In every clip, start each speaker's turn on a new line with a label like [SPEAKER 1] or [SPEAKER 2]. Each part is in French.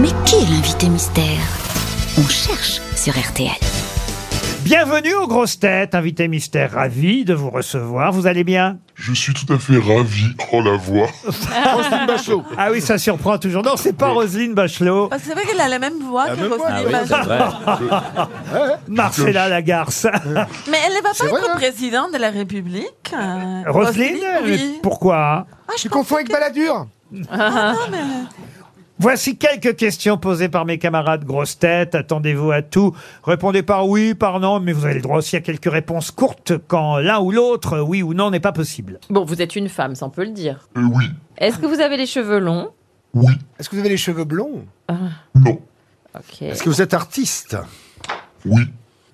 [SPEAKER 1] Mais qui est l'invité mystère On cherche sur RTL.
[SPEAKER 2] Bienvenue aux grosses têtes, invité mystère, ravi de vous recevoir. Vous allez bien
[SPEAKER 3] Je suis tout à fait ravi. Oh la voix.
[SPEAKER 2] Ah oui, ça surprend toujours. Non, c'est pas Roselyne Bachelot,
[SPEAKER 4] Ah, C'est vrai qu'elle a la même voix que Roselyne Bachelot.
[SPEAKER 2] Marcella Lagarce.
[SPEAKER 4] Mais elle ne va pas être présidente de la République. euh,
[SPEAKER 2] Roselyne
[SPEAKER 4] oui.
[SPEAKER 2] Pourquoi
[SPEAKER 4] Ah, je
[SPEAKER 5] Tu confonds avec Balladur
[SPEAKER 2] Voici quelques questions posées par mes camarades grosses têtes. Attendez-vous à tout. Répondez par oui, par non, mais vous avez le droit aussi à quelques réponses courtes quand l'un ou l'autre, oui ou non, n'est pas possible.
[SPEAKER 6] Bon, vous êtes une femme, ça on peut le dire.
[SPEAKER 3] Euh, oui.
[SPEAKER 6] Est-ce que vous avez les cheveux longs
[SPEAKER 3] Oui.
[SPEAKER 5] Est-ce que vous avez les cheveux blonds
[SPEAKER 3] Non.
[SPEAKER 6] Ok.
[SPEAKER 5] Est-ce que vous êtes artiste
[SPEAKER 3] Oui.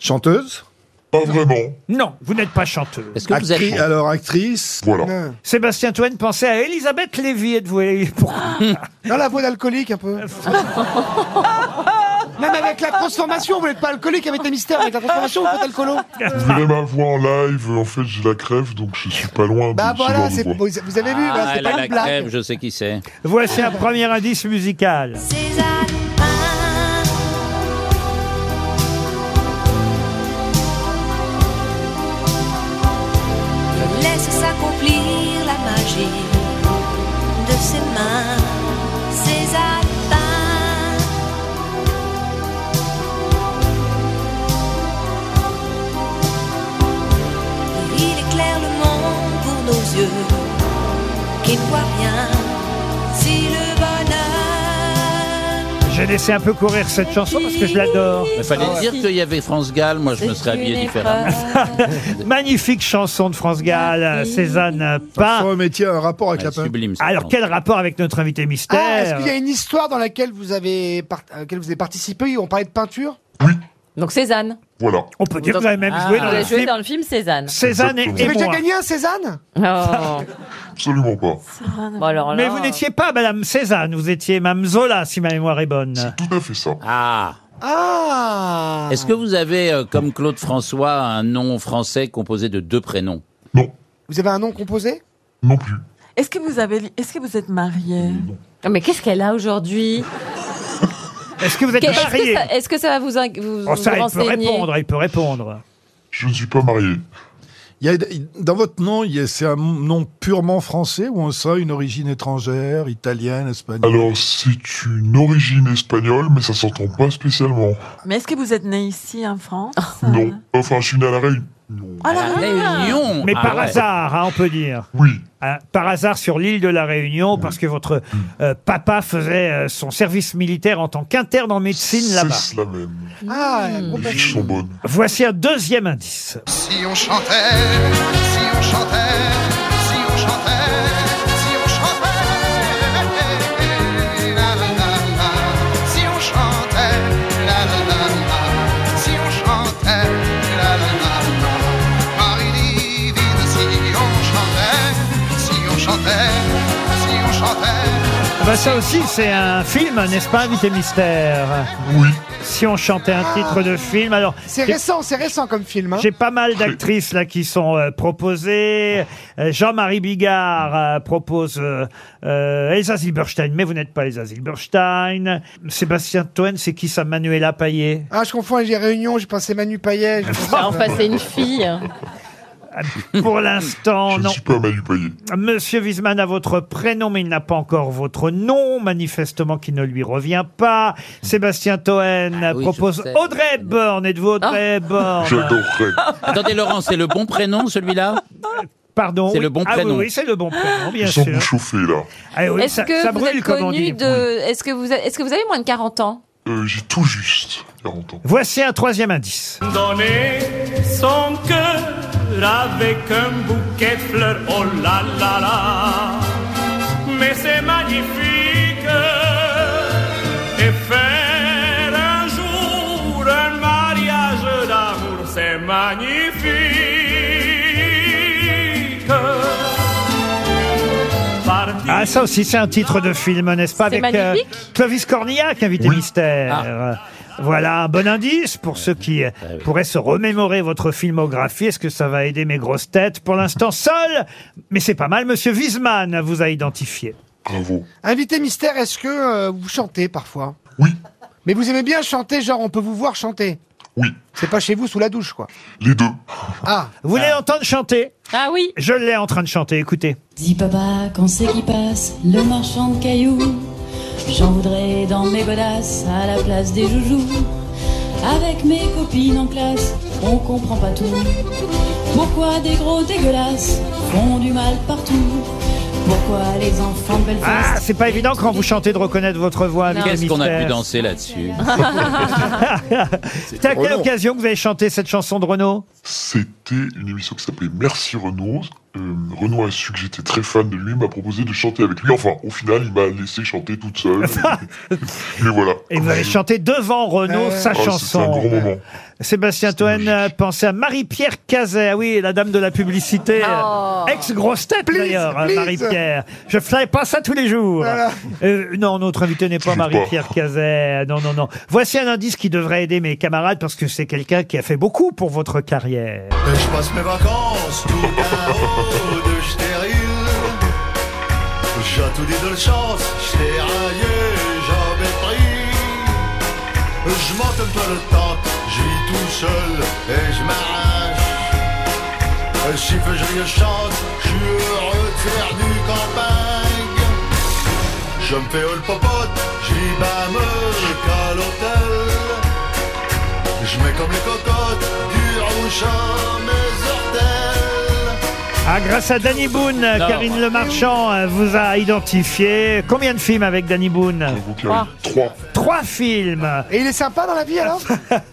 [SPEAKER 5] Chanteuse
[SPEAKER 3] Pas vraiment.
[SPEAKER 2] Non, vous n'êtes pas chanteuse.
[SPEAKER 7] Est-ce que vous
[SPEAKER 5] Actri-
[SPEAKER 7] êtes
[SPEAKER 5] Alors, actrice
[SPEAKER 3] Voilà.
[SPEAKER 2] Sébastien Toine pensait à Elisabeth Lévy. Êtes-vous pourquoi
[SPEAKER 5] Dans la voix d'alcoolique, un peu. Même avec la transformation, vous n'êtes pas alcoolique avec les mystères, avec la transformation, vous êtes alcoolo.
[SPEAKER 3] Vous verrez ma voix en live. En fait, j'ai la crève, donc je suis pas loin
[SPEAKER 5] Bah
[SPEAKER 3] de ce
[SPEAKER 5] voilà,
[SPEAKER 3] genre de
[SPEAKER 5] c'est-
[SPEAKER 3] voix.
[SPEAKER 5] vous vous avez vu, bah,
[SPEAKER 7] Ah,
[SPEAKER 5] c'est
[SPEAKER 7] elle a
[SPEAKER 5] pas
[SPEAKER 7] la
[SPEAKER 5] une blague.
[SPEAKER 7] crème, je sais qui c'est.
[SPEAKER 2] Voici un premier indice musical.
[SPEAKER 8] Laisse s'accomplir la magie de ses mains, ses atteintes. Il éclaire le monde pour nos yeux, qui voient bien si le bonheur.
[SPEAKER 2] J'ai laissé un peu courir cette chanson parce que je l'adore.
[SPEAKER 7] Il fallait dire qu'il y avait France Gall, moi je me serais habillé différemment.
[SPEAKER 2] Magnifique chanson de France Gall, Cézanne
[SPEAKER 7] Ah,
[SPEAKER 2] Pain.
[SPEAKER 5] remettiez un rapport avec
[SPEAKER 7] Ouais, sublime. cette
[SPEAKER 2] Alors
[SPEAKER 7] chanson.
[SPEAKER 2] quel rapport avec notre invité
[SPEAKER 5] Ah, est-ce
[SPEAKER 2] mystère
[SPEAKER 5] qu'il y a une histoire dans laquelle vous avez, par- à laquelle vous avez participé On parlait de peinture
[SPEAKER 6] Donc Cézanne. Ah,
[SPEAKER 3] Voilà.
[SPEAKER 2] On peut dire que vous avez même joué
[SPEAKER 6] Vous
[SPEAKER 2] dans le
[SPEAKER 6] avez joué
[SPEAKER 2] film
[SPEAKER 6] dans le film Cézanne.
[SPEAKER 2] Cézanne et,
[SPEAKER 3] Vous
[SPEAKER 2] et
[SPEAKER 5] Vous avez déjà
[SPEAKER 2] moi.
[SPEAKER 5] gagné un Cézanne
[SPEAKER 6] Oh.
[SPEAKER 3] Absolument pas.
[SPEAKER 6] Bon, alors
[SPEAKER 2] Mais
[SPEAKER 6] là,
[SPEAKER 2] vous n'étiez pas Madame Cézanne, vous étiez Mme Zola, si ma mémoire est bonne.
[SPEAKER 3] Tout à fait ça.
[SPEAKER 7] Ah
[SPEAKER 5] Ah
[SPEAKER 7] Est-ce que vous avez, euh, comme Claude François, un nom français composé de deux prénoms
[SPEAKER 3] Non.
[SPEAKER 5] Vous avez un nom composé
[SPEAKER 3] Non plus.
[SPEAKER 4] Est-ce que vous avez, est-ce que vous êtes mariée
[SPEAKER 6] euh, Mais qu'est-ce qu'elle a aujourd'hui
[SPEAKER 2] Est-ce que vous êtes
[SPEAKER 6] Qu'est- Est-ce que,
[SPEAKER 2] marié
[SPEAKER 6] ça- est-ce que ça va vous, in- vous,
[SPEAKER 2] Oh, ça, il
[SPEAKER 6] vous
[SPEAKER 2] peut
[SPEAKER 6] renseigner
[SPEAKER 2] répondre, il peut répondre.
[SPEAKER 3] Je ne suis pas marié.
[SPEAKER 9] Il y a- dans votre nom, il y a- c'est un nom purement français ou on sent une origine étrangère, italienne, espagnole
[SPEAKER 3] Alors, c'est une origine espagnole, mais ça s'entend pas spécialement.
[SPEAKER 4] Mais est-ce que vous êtes née ici en France
[SPEAKER 2] Ah.
[SPEAKER 3] Non. Enfin, je suis né à la Réunion.
[SPEAKER 4] Ah là
[SPEAKER 7] La
[SPEAKER 4] là.
[SPEAKER 7] Réunion
[SPEAKER 2] Mais
[SPEAKER 7] Ah
[SPEAKER 2] par
[SPEAKER 7] ouais.
[SPEAKER 2] hasard, hein, on peut dire.
[SPEAKER 3] Oui.
[SPEAKER 2] Hein, par hasard sur l'île de la
[SPEAKER 7] Mm.
[SPEAKER 2] Réunion, parce que votre euh, papa faisait euh, son service militaire en tant qu'interne en médecine
[SPEAKER 3] C'est
[SPEAKER 2] là-bas.
[SPEAKER 3] cela même.
[SPEAKER 5] Ah,
[SPEAKER 3] Les fiches sont bonnes.
[SPEAKER 2] Voici un deuxième indice.
[SPEAKER 10] Si on chantait, si on chantait, si on chantait, si on chantait, la la la la, si on chantait, la la la la, si on chantait, la la la la. Marie divine, si on chantait, si on chantait, si on chantait.
[SPEAKER 2] Ah Bah ça aussi, c'est un film, n'est-ce pas, Invité Mystère
[SPEAKER 3] Oui.
[SPEAKER 2] Si on chantait un titre de film, alors...
[SPEAKER 5] Ah, C'est
[SPEAKER 2] j'ai-
[SPEAKER 5] récent, c'est récent comme film. hein.
[SPEAKER 2] J'ai pas mal d'actrices là qui sont euh, proposées. Euh, Jean-Marie Bigard euh, propose euh, euh, Elsa Silberstein, mais vous n'êtes pas Elsa Silberstein. Sébastien Toen, c'est qui ça Manuela Payet
[SPEAKER 5] Ah, je confonds avec les réunions, j'ai pensé Manu Payet. j'ai pensé-
[SPEAKER 6] Ah, Enfin, c'est une fille.
[SPEAKER 2] Pour l'instant,
[SPEAKER 3] je ne
[SPEAKER 2] non. Ah,
[SPEAKER 3] suis pas Manu Payet.
[SPEAKER 2] Monsieur Wiesmann a votre prénom, mais il n'a pas encore votre nom, manifestement qui ne lui revient pas. Sébastien Toen
[SPEAKER 7] Ah oui,
[SPEAKER 2] propose
[SPEAKER 7] je sais. Ah.
[SPEAKER 2] Audrey Born. Êtes-vous Audrey Born
[SPEAKER 3] J'adorerais.
[SPEAKER 2] Ah,
[SPEAKER 7] Attendez, Laurent, c'est le bon prénom celui-là
[SPEAKER 2] Pardon.
[SPEAKER 7] C'est
[SPEAKER 2] oui.
[SPEAKER 7] le bon
[SPEAKER 2] Ah oui,
[SPEAKER 7] prénom.
[SPEAKER 2] oui, c'est le bon prénom, bien
[SPEAKER 3] Sans
[SPEAKER 2] sûr.
[SPEAKER 3] vous chauffer, là.
[SPEAKER 2] Ah oui,
[SPEAKER 6] Est-ce
[SPEAKER 2] ça,
[SPEAKER 6] que
[SPEAKER 2] ça
[SPEAKER 6] vous
[SPEAKER 2] brûle,
[SPEAKER 6] êtes
[SPEAKER 2] comme on dit.
[SPEAKER 6] connu de. Est-ce que, vous a- est-ce que vous avez moins de 40 ans
[SPEAKER 3] Euh, J'ai tout juste 40 ans.
[SPEAKER 2] Voici un troisième indice.
[SPEAKER 11] donner son cœur avec un bouquet de fleurs, oh la la la. Mais c'est magnifique et faire un jour un mariage d'amour, c'est magnifique. Partir
[SPEAKER 2] Ah, ça aussi, c'est un titre de film, n'est-ce pas
[SPEAKER 6] C'est
[SPEAKER 2] Avec euh,
[SPEAKER 6] magnifique.
[SPEAKER 2] Clovis Cornillac, invité mystère. Voilà un bon indice pour ceux qui euh, pourraient se remémorer votre filmographie. Est-ce que ça va aider mes grosses têtes Pour l'instant, seul, mais c'est pas mal. Monsieur Wiesmann vous a identifié.
[SPEAKER 3] Bravo.
[SPEAKER 5] Invité mystère, est-ce que euh, vous chantez parfois Mais vous aimez bien chanter, genre on peut vous voir chanter
[SPEAKER 3] Oui.
[SPEAKER 5] C'est pas chez vous sous la douche, quoi.
[SPEAKER 3] Les deux.
[SPEAKER 5] Ah.
[SPEAKER 2] Vous voulez entendre chanter
[SPEAKER 6] Ah oui.
[SPEAKER 2] Je l'ai en train de chanter, écoutez.
[SPEAKER 12] Dis papa, quand c'est qui passe le marchand de cailloux J'en voudrais dans mes godasses à la place des joujoux. Avec mes copines en classe, on comprend pas tout. Pourquoi des gros dégueulasses font du mal partout Pourquoi les enfants de Belfast
[SPEAKER 2] Ah, c'est pas évident quand vous chantez de reconnaître votre voix. Michael
[SPEAKER 7] Qu'est-ce qu'on a pu
[SPEAKER 2] Mystère.
[SPEAKER 7] danser là-dessus
[SPEAKER 2] C'était à quelle occasion que vous avez chanté cette chanson de Renaud
[SPEAKER 3] C'était une émission qui s'appelait Merci Renaud. Euh, Renaud a su que j'étais très fan de lui, m'a proposé de chanter avec lui. Enfin, au final, il m'a laissé chanter toute seule. Mais voilà.
[SPEAKER 2] Et vous avez chanté devant Renaud sa
[SPEAKER 3] Ah, c'était
[SPEAKER 2] chanson.
[SPEAKER 3] Ah. un gros moment.
[SPEAKER 2] Sébastien Toen euh, pensait à Marie-Pierre Cazet. Ah oui, la dame de la publicité.
[SPEAKER 10] Oh.
[SPEAKER 2] euh, Ex-grosse tête
[SPEAKER 10] Please,
[SPEAKER 2] d'ailleurs, hein,
[SPEAKER 10] please.
[SPEAKER 2] Marie-Pierre. Je ferai pas ça tous les jours.
[SPEAKER 10] Voilà.
[SPEAKER 2] Euh, non, notre invité n'est pas
[SPEAKER 10] Toujours
[SPEAKER 2] Marie-Pierre Cazet. Non, non, non. Voici un indice qui devrait aider mes camarades parce que c'est quelqu'un qui a fait beaucoup pour votre carrière.
[SPEAKER 10] Et Euh, je passe mes vacances tout garrot de stérile. J'ai tout dit de la chance, je t'ai raillé, jamais pris. Je monte comme toi le temps, je vis tout seul et je m'arrache. Et Si que j'ai une chance, je suis heureux de faire du campagne. Je me fais le popote, j'y bame qu'à l'hôtel. Je mets comme les cocottes du rouge à mes orteils.
[SPEAKER 2] Ah, grâce à Danny Boone,
[SPEAKER 10] Non.
[SPEAKER 2] Karine Le Marchand euh, vous a identifié. Combien de films avec Danny Boone
[SPEAKER 3] Trois. Trois.
[SPEAKER 2] Trois films.
[SPEAKER 5] Et il est sympa dans la vie alors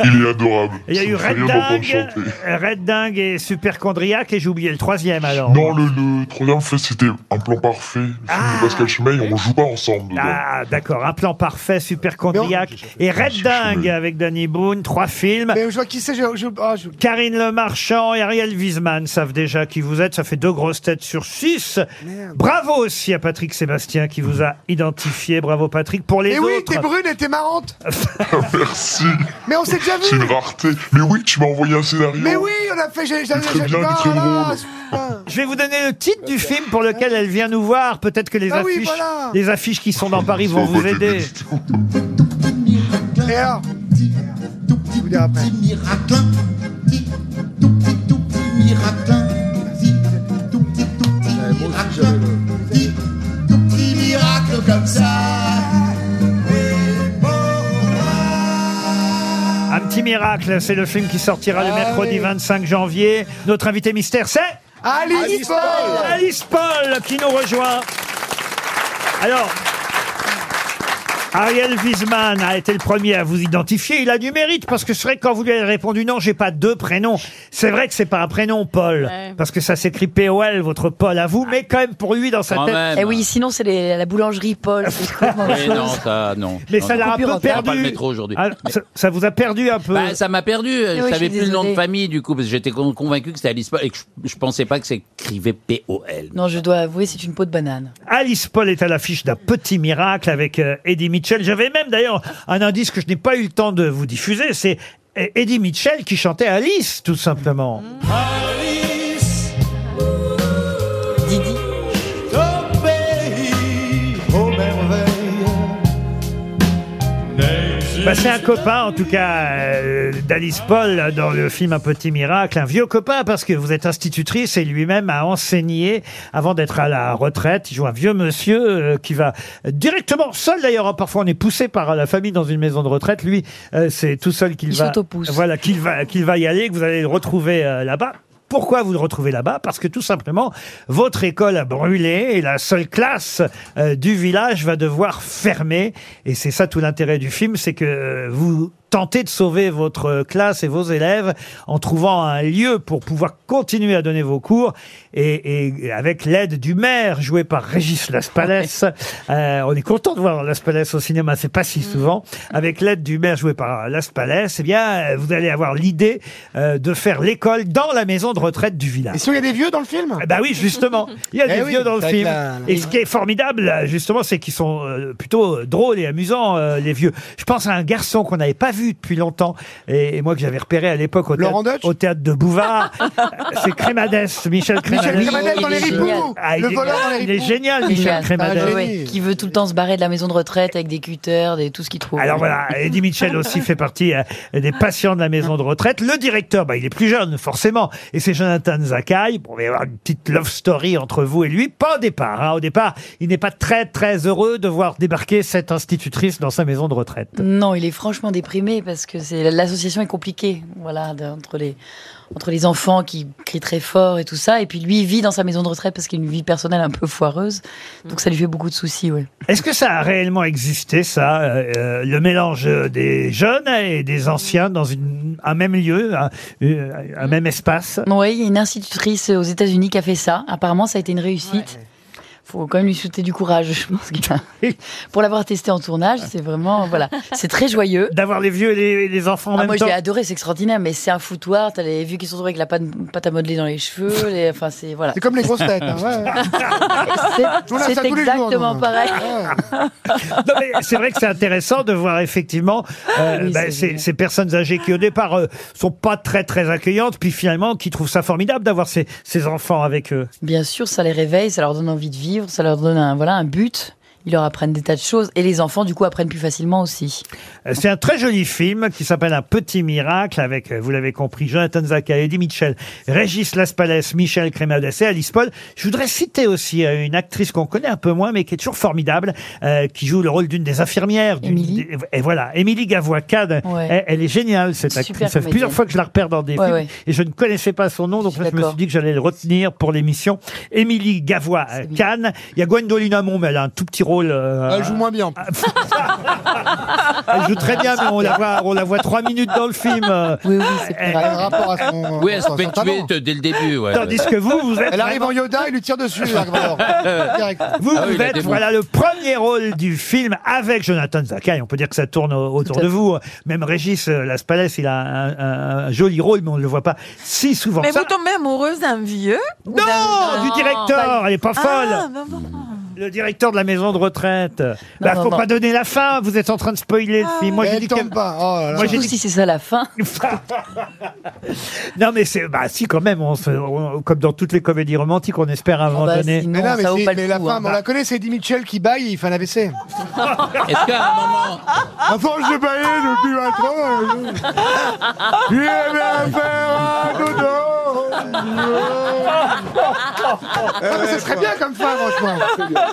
[SPEAKER 3] Il est adorable.
[SPEAKER 2] Il y a
[SPEAKER 3] Ça
[SPEAKER 2] eu
[SPEAKER 3] me fait
[SPEAKER 2] Red
[SPEAKER 3] rien d'entendre
[SPEAKER 2] Dingue,
[SPEAKER 3] chanter.
[SPEAKER 2] Red Dingue et Superchondriac, et j'ai oublié le troisième alors.
[SPEAKER 3] Non, le, le troisième fait, c'était un plan parfait. Le film de Pascal Chmeil, on joue pas ensemble dedans.
[SPEAKER 2] Ah, d'accord, un plan parfait, Superchondriac et Red Dingue avec Danny Boone, trois films.
[SPEAKER 5] Mais je vois qui c'est, je- je- ah, je-
[SPEAKER 2] Karine Le Marchand et Ariel Wiesman savent déjà qui vous êtes. Ça fait deux grosses têtes sur six. Bravo aussi à Patrick Sébastien qui vous a identifié. Bravo Patrick. Pour les
[SPEAKER 5] Mais Eh oui,
[SPEAKER 2] autres.
[SPEAKER 5] t'es brune et t'es marrante.
[SPEAKER 3] Merci.
[SPEAKER 5] Mais on s'est déjà
[SPEAKER 3] C'est une
[SPEAKER 5] vu.
[SPEAKER 3] rareté. Mais oui, tu m'as envoyé un scénario.
[SPEAKER 5] Mais oui, on a fait. J'ai, j'ai,
[SPEAKER 3] Il est très
[SPEAKER 5] j'ai- Ah,
[SPEAKER 3] bien, il est très
[SPEAKER 5] voilà,
[SPEAKER 3] drôle.
[SPEAKER 2] Je vais vous donner le titre du film pour lequel elle vient nous voir. Peut-être que les
[SPEAKER 5] Ah oui,
[SPEAKER 2] affiches,
[SPEAKER 5] voilà.
[SPEAKER 2] les affiches qui sont dans Paris vont
[SPEAKER 3] Oh,
[SPEAKER 2] vous
[SPEAKER 3] bah,
[SPEAKER 2] aider.
[SPEAKER 5] Et alors Je vous dirai après.
[SPEAKER 10] Petit miracle comme ça.
[SPEAKER 2] Un petit miracle, c'est le film qui sortira
[SPEAKER 5] Ah
[SPEAKER 2] le mercredi 25 janvier. Notre invité mystère, c'est
[SPEAKER 5] Alice, Paul.
[SPEAKER 2] Alice Paul qui nous rejoint. Alors. Ariel Wiesman a été le premier à vous identifier. Il a du mérite parce que c'est vrai que quand vous lui avez répondu non, j'ai pas deux prénoms. C'est vrai que c'est pas un prénom, Paul.
[SPEAKER 13] Ouais.
[SPEAKER 2] Parce que ça s'écrit POL, votre Paul à vous, mais quand même pour lui dans sa tête.
[SPEAKER 13] Eh oui, sinon c'est les- la boulangerie Paul. c'est complètement autre
[SPEAKER 7] Mais non,
[SPEAKER 13] chose.
[SPEAKER 7] ça, non.
[SPEAKER 2] Mais
[SPEAKER 7] Non,
[SPEAKER 2] ça
[SPEAKER 7] non.
[SPEAKER 2] l'a un peu
[SPEAKER 7] On prend
[SPEAKER 2] perdu.
[SPEAKER 7] pas le métro aujourd'hui.
[SPEAKER 2] Ah, ça, ça vous a perdu un peu.
[SPEAKER 7] Bah, ça m'a perdu.
[SPEAKER 2] Eh oui,
[SPEAKER 7] je
[SPEAKER 2] je suis
[SPEAKER 7] savais plus le nom de
[SPEAKER 2] désolée.
[SPEAKER 7] famille du coup, parce que j'étais con- convaincu que c'était Alice Paul et que je, je pensais pas que s'écrivait P-O-L.
[SPEAKER 13] Non, je dois avouer, c'est une peau de banane.
[SPEAKER 2] Alice Paul est à l'affiche d'un petit miracle avec euh, Eddie Mitchell. J'avais même d'ailleurs un indice que je n'ai pas eu le temps de vous diffuser. C'est euh, Eddie Mitchell qui chantait Alice, tout simplement.
[SPEAKER 10] Alice, Didi, t'obéis aux merveilles.
[SPEAKER 2] Bah, c'est un copain, en tout cas, euh, d'Alice Paul dans le film Un Petit Miracle, un vieux copain, parce que vous êtes institutrice et lui-même a enseigné avant d'être à la retraite. Il joue un vieux monsieur euh, qui va directement seul, d'ailleurs. hein. Parfois, on est poussé par la famille dans une maison de retraite. Lui, euh, c'est tout seul qu'il
[SPEAKER 13] Il
[SPEAKER 2] va,
[SPEAKER 13] s'autopousse.
[SPEAKER 2] voilà, qu'il va, qu'il va y aller, que vous allez le retrouver euh, là-bas. Pourquoi vous le retrouvez là-bas Parce que tout simplement, votre école a brûlé et la seule classe euh, du village va devoir fermer. Et c'est ça tout l'intérêt du film, c'est que euh, vous tentez de sauver votre euh, classe et vos élèves en trouvant un lieu pour pouvoir continuer à donner vos cours. Et, et avec l'aide du maire, joué par Régis Laspalès, euh, on est content de voir Laspalès au cinéma, c'est pas si souvent. Avec l'aide du maire, joué par Laspalès, eh bien, euh, vous allez avoir l'idée euh, de faire l'école dans la maison de retraite du village.
[SPEAKER 5] Et si il y a des vieux dans le film
[SPEAKER 2] Bah oui, justement. Il y a
[SPEAKER 5] Eh
[SPEAKER 2] des
[SPEAKER 5] oui,
[SPEAKER 2] vieux dans le
[SPEAKER 5] avec
[SPEAKER 2] film.
[SPEAKER 5] la- la-
[SPEAKER 2] Et ce qui est formidable, là, justement, c'est qu'ils sont euh, plutôt euh, drôles et amusants, euh, les vieux. Je pense à un garçon qu'on n'avait pas vu depuis longtemps, et, et moi que j'avais repéré à l'époque au,
[SPEAKER 5] Laurent
[SPEAKER 2] théâtre- au théâtre de Bouvard. c'est Crémades, Michel Crémades.
[SPEAKER 5] Crémades dans les
[SPEAKER 2] Il est
[SPEAKER 5] ripoux.
[SPEAKER 2] génial. Ah, il
[SPEAKER 5] Le
[SPEAKER 2] est-
[SPEAKER 5] voleur dans les
[SPEAKER 2] Il est
[SPEAKER 5] ripoux.
[SPEAKER 2] génial, Michel
[SPEAKER 13] Génial.
[SPEAKER 2] Crémades.
[SPEAKER 13] Ah, ouais, ouais. Qui veut tout le temps se barrer de la maison de retraite avec des cutters, des, tout ce qu'il trouve.
[SPEAKER 2] Alors voilà, Eddie Mitchell aussi fait partie euh, des patients de la maison de retraite. Le directeur, bah, il est plus jeune, forcément, et c'est Jonathan Zakai. Bon, il va y avoir une petite love story entre vous et lui, pas au départ. hein. Au départ, il n'est pas très très heureux de voir débarquer cette institutrice dans sa maison de retraite.
[SPEAKER 13] Non, il est franchement déprimé parce que c'est l'association est compliquée, voilà, de- entre les entre les enfants qui crient très fort et tout ça, et puis lui il vit dans sa maison de retraite parce qu'il a une vie personnelle un peu foireuse, donc ça lui fait beaucoup de soucis, ouais.
[SPEAKER 2] Est-ce que ça a réellement existé, ça, euh, euh, le mélange des jeunes et des anciens dans une- un même lieu, un, euh, un même espace
[SPEAKER 13] Oui, il y a une institutrice aux États-Unis qui a fait ça. Apparemment, ça a été une réussite. Faut quand même lui souhaiter du courage, je pense. qu'il a- Pour l'avoir testé en tournage, c'est vraiment voilà, c'est très joyeux.
[SPEAKER 2] D'avoir les vieux et les, les enfants en
[SPEAKER 13] Ah,
[SPEAKER 2] même
[SPEAKER 13] moi,
[SPEAKER 2] temps.
[SPEAKER 13] je l'ai adoré, c'est extraordinaire, mais c'est un foutoir. T'as les vieux qui sont trouvés avec la pâte, pâte à modeler dans les cheveux. les- enfin, c'est voilà.
[SPEAKER 5] C'est comme les grosses têtes. hein, ouais.
[SPEAKER 13] C'est-
[SPEAKER 5] Nous, on a ça
[SPEAKER 13] C'est
[SPEAKER 5] tous les jours,
[SPEAKER 13] exactement
[SPEAKER 5] nous.
[SPEAKER 13] pareil.
[SPEAKER 2] Non, mais c'est vrai que c'est intéressant de voir effectivement euh,
[SPEAKER 13] Ah Oui,
[SPEAKER 2] bah,
[SPEAKER 13] c'est
[SPEAKER 2] ces,
[SPEAKER 13] génial.
[SPEAKER 2] ces personnes âgées qui au départ euh, sont pas très très accueillantes, puis finalement qui trouvent ça formidable d'avoir ces, ces enfants avec eux.
[SPEAKER 13] Bien sûr, ça les réveille, ça leur donne envie de vivre, ça leur donne un, voilà, un but. Ils leur apprennent des tas de choses et les enfants, du coup, apprennent plus facilement aussi.
[SPEAKER 2] Euh, C'est un très joli film qui s'appelle Un petit miracle avec, euh, vous l'avez compris, Jonathan Zaka, Eddie Mitchell, Régis Laspalès, Michel Crémades et Alice Paul. Je voudrais citer aussi euh, une actrice qu'on connaît un peu moins mais qui est toujours formidable, euh, qui joue le rôle d'une des infirmières. d'une- des- et voilà, Émilie Gavoiscade.
[SPEAKER 13] Ouais.
[SPEAKER 2] Elle, elle est géniale cette
[SPEAKER 13] Super
[SPEAKER 2] actrice. Ça fait
[SPEAKER 13] comédienne.
[SPEAKER 2] plusieurs fois que je la repère dans des
[SPEAKER 13] Ouais,
[SPEAKER 2] films
[SPEAKER 13] ouais.
[SPEAKER 2] et je ne connaissais pas son nom donc là, je me suis dit que j'allais le retenir pour l'émission. Émilie Gavois-Cannes. Il y a Gwendoline Amon mais elle a un tout petit rôle. euh,
[SPEAKER 5] Elle joue moins bien.
[SPEAKER 2] elle joue très bien, mais on la voit, on la voit trois minutes dans le film.
[SPEAKER 13] Oui, oui, c'est
[SPEAKER 5] rapport à son.
[SPEAKER 7] Oui, elle se
[SPEAKER 5] son
[SPEAKER 7] fait
[SPEAKER 5] talent.
[SPEAKER 7] tuer de- dès le début. ouais.
[SPEAKER 2] Euh, Tandis que vous, vous êtes.
[SPEAKER 5] Elle arrive en
[SPEAKER 2] vraiment-
[SPEAKER 5] Yoda, il lui tire dessus. là, Grégoire. Direct.
[SPEAKER 2] Vous,
[SPEAKER 7] Ah oui,
[SPEAKER 2] vous
[SPEAKER 7] il a
[SPEAKER 2] êtes
[SPEAKER 7] des
[SPEAKER 2] voilà
[SPEAKER 7] bons.
[SPEAKER 2] le premier rôle du film avec Jonathan Zakai. On peut dire que ça tourne au- autour
[SPEAKER 13] Tout à
[SPEAKER 2] de
[SPEAKER 13] fait.
[SPEAKER 2] vous. Même Régis euh, Laspalais, il a un, un- un joli rôle, mais on ne le voit pas si souvent
[SPEAKER 4] Mais
[SPEAKER 2] que ça.
[SPEAKER 4] vous tombez amoureuse d'un vieux ou
[SPEAKER 2] Non,
[SPEAKER 4] d'un-
[SPEAKER 2] du
[SPEAKER 4] Non,
[SPEAKER 2] directeur,
[SPEAKER 4] pas-
[SPEAKER 2] elle est pas
[SPEAKER 4] Ah,
[SPEAKER 2] folle.
[SPEAKER 4] bah bon.
[SPEAKER 2] Le directeur de la maison de retraite. bah,
[SPEAKER 13] non,
[SPEAKER 2] faut
[SPEAKER 13] non. Ah.
[SPEAKER 2] pas donner la fin. Vous êtes en train de spoiler le film. Moi, j'ai
[SPEAKER 5] Elle
[SPEAKER 2] dit
[SPEAKER 5] tombe
[SPEAKER 2] que-
[SPEAKER 5] pas. Oh là là.
[SPEAKER 2] Moi, j'ai
[SPEAKER 13] Surtout
[SPEAKER 2] dit-
[SPEAKER 13] si c'est ça la fin.
[SPEAKER 2] Non, mais c'est, bah, si, quand même, on se- on- comme dans toutes les comédies romantiques, on espère à un moment
[SPEAKER 13] bah,
[SPEAKER 2] donné.
[SPEAKER 13] sinon,
[SPEAKER 5] Mais non, mais,
[SPEAKER 13] ça vaut
[SPEAKER 5] c'est-
[SPEAKER 13] pas le
[SPEAKER 5] mais la
[SPEAKER 13] coup, hein.
[SPEAKER 5] femme, on la connaît, c'est Eddie Mitchell qui baille, il fait un AVC.
[SPEAKER 7] Est-ce qu'à un moment,
[SPEAKER 5] À force de bailler depuis 23 ans, je vais faire un dodo. Ah, mais ce serait bien comme femme, franchement.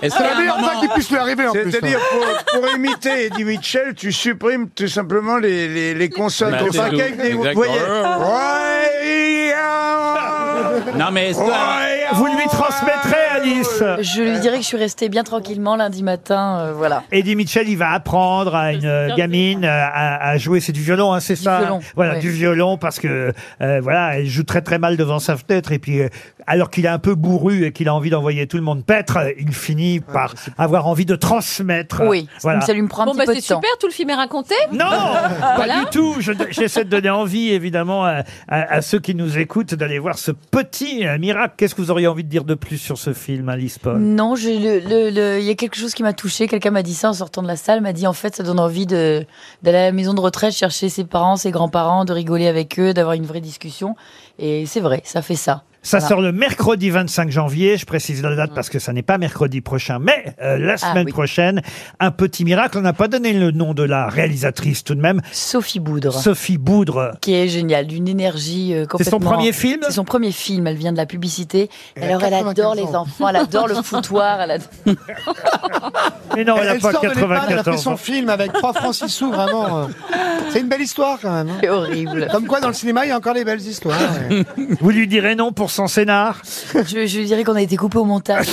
[SPEAKER 7] est-ce
[SPEAKER 5] C'est
[SPEAKER 7] qu'à
[SPEAKER 5] la
[SPEAKER 7] un
[SPEAKER 5] meilleure
[SPEAKER 7] moment-
[SPEAKER 5] fin qui puisse lui arriver en plus. hein.
[SPEAKER 14] C'est-à-dire, pour, pour imiter Eddie Mitchell, tu supprimes tout simplement les, les, les consonnes.
[SPEAKER 7] Bah,
[SPEAKER 14] Pour
[SPEAKER 7] c'est
[SPEAKER 14] pas
[SPEAKER 7] tout.
[SPEAKER 14] qu'avec des- vous
[SPEAKER 7] Exactement.
[SPEAKER 14] voyez. Ouais,
[SPEAKER 7] Non, mais est-ce qu'à-
[SPEAKER 2] Vous lui transmettrez, Alice.
[SPEAKER 13] Je lui dirais que je suis restée bien tranquillement lundi matin, euh, voilà.
[SPEAKER 2] Eddie Mitchell, il va apprendre à une euh, gamine euh, à, à jouer, c'est du violon, hein, c'est ça hein
[SPEAKER 13] violon,
[SPEAKER 2] Voilà,
[SPEAKER 13] ouais.
[SPEAKER 2] du violon, parce que euh, voilà, elle joue très très mal devant sa fenêtre, et puis euh, alors qu'il est un peu bourru et qu'il a envie d'envoyer tout le monde paître, euh, il finit par avoir envie de transmettre. euh,
[SPEAKER 13] Oui,
[SPEAKER 2] voilà.
[SPEAKER 13] donc ça lui me prend un
[SPEAKER 6] Bon,
[SPEAKER 13] petit
[SPEAKER 6] bah
[SPEAKER 13] peu
[SPEAKER 6] c'est
[SPEAKER 13] de temps.
[SPEAKER 6] super, tout le film est raconté.
[SPEAKER 2] Non,
[SPEAKER 6] Voilà.
[SPEAKER 2] pas du tout. Je- J'essaie de donner envie, évidemment, à, à- à ceux qui nous écoutent d'aller voir ce petit euh, miracle. Qu'est-ce que vous auriez envie de dire de plus sur ce film, Alice Paul
[SPEAKER 13] Non, je- le- le- le- il y a quelque chose qui m'a touchée. Quelqu'un m'a dit ça en sortant de la salle, m'a dit en fait ça donne envie de d'aller à la maison de retraite chercher ses parents, ses grands-parents, de rigoler avec eux, d'avoir une vraie discussion. Et c'est vrai, ça fait ça.
[SPEAKER 2] Ça
[SPEAKER 13] Voilà.
[SPEAKER 2] sort le mercredi 25 janvier, je précise la date parce que ça n'est pas mercredi prochain, mais euh, la
[SPEAKER 13] Ah,
[SPEAKER 2] semaine
[SPEAKER 13] oui.
[SPEAKER 2] prochaine, un petit miracle. On n'a pas donné le nom de la réalisatrice tout de même,
[SPEAKER 13] Sophie Boudre.
[SPEAKER 2] Sophie Boudre.
[SPEAKER 13] qui est géniale, d'une énergie euh,
[SPEAKER 2] C'est son
[SPEAKER 13] complètement.
[SPEAKER 2] premier film
[SPEAKER 13] C'est son premier film. Elle vient de la publicité.
[SPEAKER 5] Elle a
[SPEAKER 13] Alors elle
[SPEAKER 5] 95
[SPEAKER 13] adore les
[SPEAKER 5] ans.
[SPEAKER 13] enfants, elle adore le foutoir. Elle adore...
[SPEAKER 2] Mais non, elle n'a
[SPEAKER 5] Elle
[SPEAKER 2] pas
[SPEAKER 5] sort de l'EHPAD, elle a fait
[SPEAKER 2] 94
[SPEAKER 5] son
[SPEAKER 2] ans.
[SPEAKER 5] film avec trois francs six sous, vraiment. euh. C'est une belle histoire, quand même. hein.
[SPEAKER 13] C'est horrible.
[SPEAKER 5] Comme quoi, dans le cinéma, il y a encore des belles histoires. hein. ouais.
[SPEAKER 2] Vous lui direz non pour son scénar
[SPEAKER 13] Je, je dirais qu'on a été coupé au montage.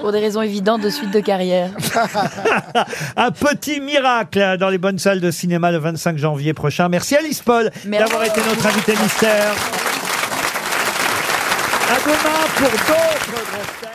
[SPEAKER 13] Pour des raisons évidentes de suite de carrière.
[SPEAKER 2] Un petit miracle hein, dans les bonnes salles de cinéma le 25 janvier prochain. Merci Alice Paul
[SPEAKER 13] Merci.
[SPEAKER 2] d'avoir été notre invité mystère. À demain pour d'autres grosses têtes.